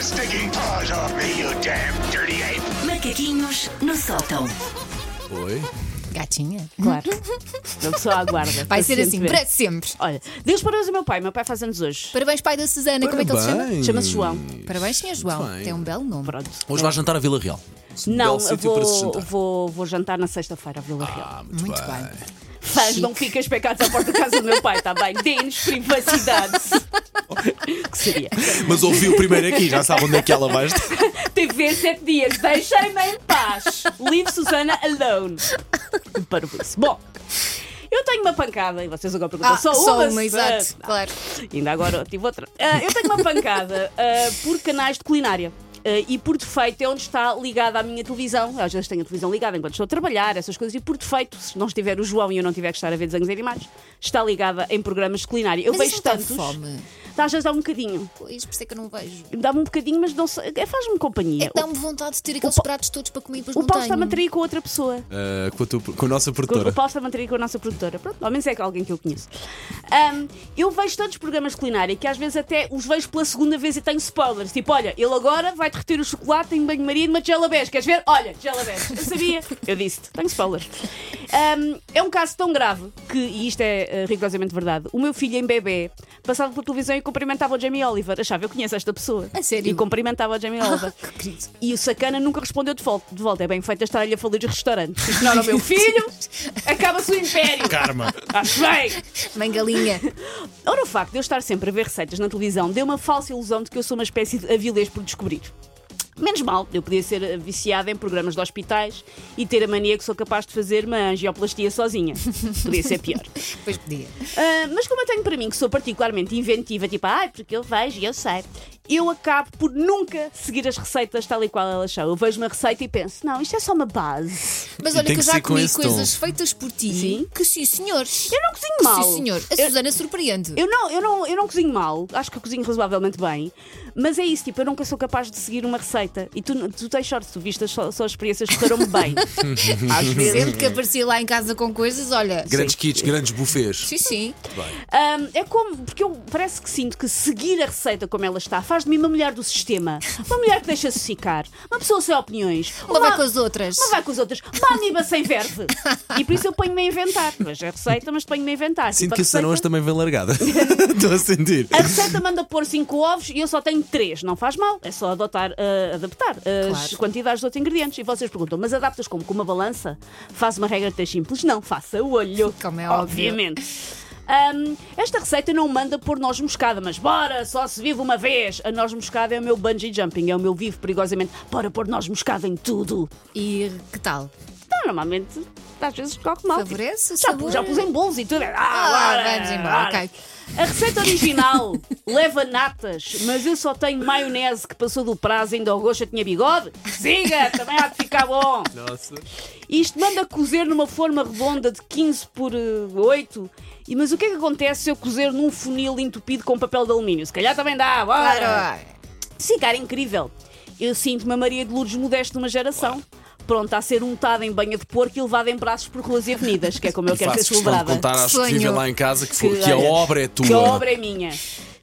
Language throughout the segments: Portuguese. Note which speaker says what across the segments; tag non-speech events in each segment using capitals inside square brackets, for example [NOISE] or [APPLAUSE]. Speaker 1: sticking paws off me, you damn dirty ape!
Speaker 2: Macaquinhos no sótão.
Speaker 3: Oi?
Speaker 4: Gatinha.
Speaker 5: [LAUGHS] Claro. Não só aguarda.
Speaker 4: Vai ser assim
Speaker 5: pacientemente.
Speaker 4: para sempre.
Speaker 5: Olha, Deus parabéns ao meu pai. Meu pai faz anos hoje.
Speaker 4: Parabéns, pai da Susana. Como é que ele se chama?
Speaker 3: Parabéns.
Speaker 5: Chama-se João.
Speaker 3: Hum,
Speaker 4: Parabéns, senhor João.
Speaker 3: bem.
Speaker 4: Tem um belo nome.
Speaker 5: Pronto.
Speaker 3: Hoje vais jantar a Vila Real. Um
Speaker 5: Não,
Speaker 3: belo sítio para se
Speaker 5: vou,
Speaker 3: jantar.
Speaker 5: vou, vou jantar na sexta-feira à Vila Real.
Speaker 3: Ah, muito,
Speaker 4: Muito
Speaker 3: bem.
Speaker 4: bem.
Speaker 5: Fãs, não fiquem especados à porta da casa do meu pai, está bem? Deem-nos
Speaker 3: [LAUGHS]
Speaker 5: privacidade. que seria?
Speaker 3: Mas ouvi o primeiro aqui, já sabe onde é que ela
Speaker 5: [LAUGHS]
Speaker 3: vai estar.
Speaker 5: TV sete dias, deixem-me em paz. Leave Susana alone. Para isso. Bom, eu tenho uma pancada, e vocês agora perguntam,
Speaker 4: Ah,
Speaker 5: só uma?
Speaker 4: só uma,
Speaker 5: se-
Speaker 4: exato. Claro.
Speaker 5: Ainda agora tive outra. Ah, eu tenho uma pancada ah, por canais de culinária. Ah, e por defeito é onde está ligada a minha televisão. Eu Às vezes tenho a televisão ligada enquanto estou a trabalhar, essas coisas. E por defeito, se não estiver o João e eu não tiver que estar a ver desenhos animados, está ligada em programas de culinária. Eu
Speaker 4: Mas
Speaker 5: vejo
Speaker 4: isso não dá
Speaker 5: tantos.
Speaker 4: fome.
Speaker 5: Dá, às vezes dá um bocadinho.
Speaker 4: Pois, por isso é que eu não vejo.
Speaker 5: Dá-me um bocadinho, mas não sei. é, Faz-me companhia.
Speaker 4: É que dá-me vontade de ter aqueles pratos todos para comer, depois
Speaker 5: O
Speaker 4: não
Speaker 5: Paulo
Speaker 4: tenho.
Speaker 5: está-me a trair com outra pessoa.
Speaker 3: Ah, com, a tua- com a nossa
Speaker 5: Com-
Speaker 3: produtora.
Speaker 5: O Paulo está-me a trair com a nossa produtora. Pronto, ao menos é que alguém que eu conheço. Ahm, eu vejo tantos programas de culinária que às vezes até os vejo pela segunda vez e tenho spoilers. Tipo, olha, ele agora vai derreter o chocolate em banho-maria numa gelabés. Queres ver? Olha, gelabés. Eu sabia. Eu disse-te. Tenho spoilers. Ahm, é um caso tão grave que, e isto é ah, rigorosamente verdade, o meu filho em bebê passava pela televisão e cumprimentava o Jamie Oliver. Achava, eu conheço esta pessoa.
Speaker 4: A sério?
Speaker 5: E cumprimentava o Jamie Oliver.
Speaker 4: querido.
Speaker 5: E o sacana nunca respondeu de volta. De volta. É bem feito estar-lhe a falir os restaurantes. Ignora o meu filho, acaba-se o império.
Speaker 3: Karma.
Speaker 5: Acho bem.
Speaker 4: Mãe galinha.
Speaker 5: Ora, o facto de eu estar sempre a ver receitas na televisão deu uma falsa ilusão de que eu sou uma espécie de avilês por descobrir. Menos mal, eu podia ser eh, viciada em programas de hospitais e ter a mania que sou capaz de fazer uma angioplastia sozinha. Podia ser pior.
Speaker 4: [LAUGHS] Pois podia.
Speaker 5: Ah, mas como eu tenho para mim que sou particularmente inventiva, tipo, ai, porque eu vejo e eu sei, eu acabo por nunca seguir as receitas tal e qual elas são. Eu vejo uma receita e penso, não, isto é só uma base.
Speaker 4: Mas
Speaker 3: E
Speaker 4: olha
Speaker 3: tem
Speaker 4: que eu
Speaker 3: que
Speaker 4: já
Speaker 3: ser com
Speaker 4: comi
Speaker 3: esse tom.
Speaker 4: coisas feitas por ti
Speaker 5: Sim.
Speaker 4: que sim, senhores.
Speaker 5: Eu não cozinho
Speaker 4: Que
Speaker 5: mal.
Speaker 4: Sim, senhor. A
Speaker 5: Eu-
Speaker 4: Susana surpreende.
Speaker 5: Eu não, eu, não, eu não cozinho mal, acho que eu cozinho razoavelmente bem, mas é isso, tipo, eu nunca sou capaz de seguir uma receita. E tu, tu tens sorte, tu viste as só, só experiências que
Speaker 4: [LAUGHS]
Speaker 5: correram bem.
Speaker 3: Uhum.
Speaker 5: Às vezes.
Speaker 4: Sempre que aparecia lá em casa com coisas, olha.
Speaker 3: Grandes kits, grandes buffets.
Speaker 4: Sim, sim.
Speaker 5: Ahm, é como, porque eu parece que sinto que seguir a receita como ela está faz de mim uma mulher do sistema, uma mulher que deixa-se ficar, uma pessoa sem opiniões,
Speaker 4: Uma vai com as outras.
Speaker 5: Não vai com os outros. Uma amiba sem verde. E por isso eu ponho-me a inventar. Vejo a receita, mas ponho-me a inventar.
Speaker 3: Sinto
Speaker 5: Tipo,
Speaker 3: que a
Speaker 5: receita-
Speaker 3: Sana hoje também vem largada. [LAUGHS] Estou a sentir.
Speaker 5: A receita manda pôr 5 ovos e eu só tenho 3. Não faz mal, é só adotar, ah, adaptar as
Speaker 4: Claro.
Speaker 5: quantidades de outros ingredientes. E vocês perguntam, mas adaptas como? Com uma balança? Faz uma regra de três simples? Não, faça o olho.
Speaker 4: Como é óbvio.
Speaker 5: Obviamente. Ahm, esta receita não manda pôr noz moscada, mas bora, só se vive uma vez. A noz moscada é o meu bungee jumping, é o meu vivo perigosamente. Bora pôr noz moscada em tudo.
Speaker 4: E que tal?
Speaker 5: Então, normalmente, às vezes corre mal. tipo,
Speaker 4: Favorece o
Speaker 5: já,
Speaker 4: sabor?
Speaker 5: já pus em bolos e tudo. Ah,
Speaker 4: Ah,
Speaker 5: bora,
Speaker 4: vamos embora,
Speaker 5: bora.
Speaker 4: ok.
Speaker 5: A receita original [LAUGHS] leva natas, mas eu só tenho maionese que passou do prazo ainda ao gosto eu tinha bigode. Siga, também há de ficar bom.
Speaker 3: Nossa.
Speaker 5: Isto manda cozer numa forma redonda de 15 por eh, 8. E, mas o que é que acontece se eu cozer num funil entupido com papel de alumínio? Se calhar também dá, bora.
Speaker 4: Claro.
Speaker 5: Se ficar incrível. Eu sinto-me a Maria de Lourdes Modesto de uma geração. Pronta a ser untada em banha de porco e levada em braços por ruas e avenidas, que é como eu quero ser
Speaker 3: Faço questão de
Speaker 5: celebrada.
Speaker 3: contar às que
Speaker 4: Sonho.
Speaker 3: vivem lá em casa que, foi- que a
Speaker 5: olha,
Speaker 3: obra é tua.
Speaker 5: Que a obra é minha.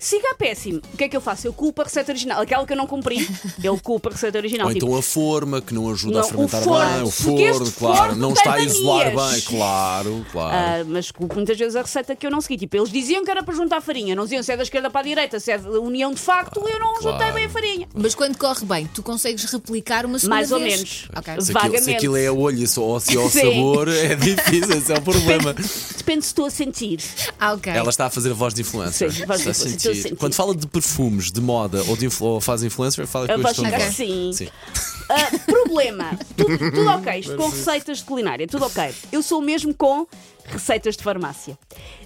Speaker 5: Siga péssimo, o que é que eu faço? Eu culpo a receita original, aquela que eu não cumpri, eu culpo a receita original.
Speaker 3: Ou
Speaker 5: Tipo,
Speaker 3: então a forma que não ajuda a
Speaker 5: Não, o
Speaker 3: fermentar
Speaker 5: forno,
Speaker 3: bem, o
Speaker 5: porque este
Speaker 3: forno, claro,
Speaker 5: forno
Speaker 3: não
Speaker 5: tem
Speaker 3: está a isolar
Speaker 5: manias.
Speaker 3: bem, claro, claro.
Speaker 5: ah, mas culpo muitas vezes a receita que eu não segui. Tipo, eles diziam que era para juntar farinha, não diziam se é da esquerda para a direita, se é de união de facto, eu não juntei
Speaker 3: claro.
Speaker 5: bem a farinha.
Speaker 4: Mas quando corre bem, tu consegues replicar uma segunda
Speaker 5: Mais ou
Speaker 4: vez?
Speaker 5: menos.
Speaker 4: Ok.
Speaker 3: se, aquilo, se
Speaker 5: vagamente.
Speaker 3: aquilo é a olho e só- ou se é o
Speaker 5: [LAUGHS] Sim.
Speaker 3: sabor, é difícil, esse é o problema.
Speaker 5: Depende se estou a sentir.
Speaker 4: Ah, ok.
Speaker 3: Ela está a fazer voz de influencer.
Speaker 5: Sim, voz
Speaker 3: Está
Speaker 5: de
Speaker 3: a
Speaker 5: influencer,
Speaker 3: sentir.
Speaker 5: estou a sentir.
Speaker 3: Quando fala de perfumes, de moda ou, de influ- ou faz influencer, fala
Speaker 5: Eu
Speaker 3: com este
Speaker 5: posso
Speaker 3: tom de
Speaker 5: ficar
Speaker 3: voz.
Speaker 5: assim.
Speaker 3: Sim. [LAUGHS]
Speaker 5: Ah, problema. Tudo, tudo ok. Isto com receitas de culinária. Tudo ok. Eu sou mesmo com receitas de farmácia.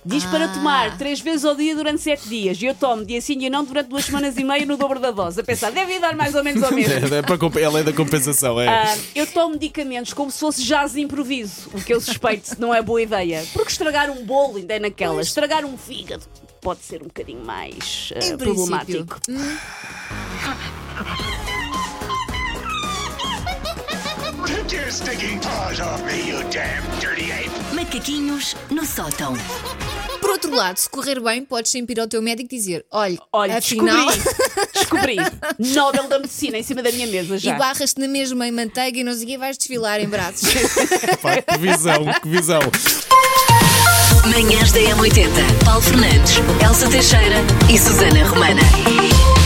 Speaker 5: Diz
Speaker 4: Ah.
Speaker 5: para tomar três vezes ao dia durante sete dias. E eu tomo dia sim e não durante duas semanas e meia no dobro da dose. A pensar, deve dar mais ou menos ao mesmo.
Speaker 3: É, é para comp- ela é da compensação, é.
Speaker 5: Ah, eu tomo medicamentos como se fosse jazz de improviso, o que eu suspeito não é boa ideia. Porque estragar um bolo ainda é naquela, estragar um fígado pode ser um bocadinho mais ah,
Speaker 4: Em princípio.
Speaker 5: problemático.
Speaker 1: Take your sticking paws off me, you damn dirty ape!
Speaker 2: Macaquinhos no sótão.
Speaker 4: Por outro lado, se correr bem, podes sempre ir ao teu médico e dizer: olha,
Speaker 5: Olha,
Speaker 4: afinal.
Speaker 5: descobri. Descobri. Nobel da Medicina em cima da minha mesa
Speaker 4: E
Speaker 5: já.
Speaker 4: barras-te na mesma em manteiga e não sei o quê, vais desfilar em
Speaker 5: [LAUGHS]
Speaker 4: braços.
Speaker 3: Pá, que visão, que visão.
Speaker 2: Manhãs da M80. Paulo Fernandes, Elsa Teixeira e Susana Romana.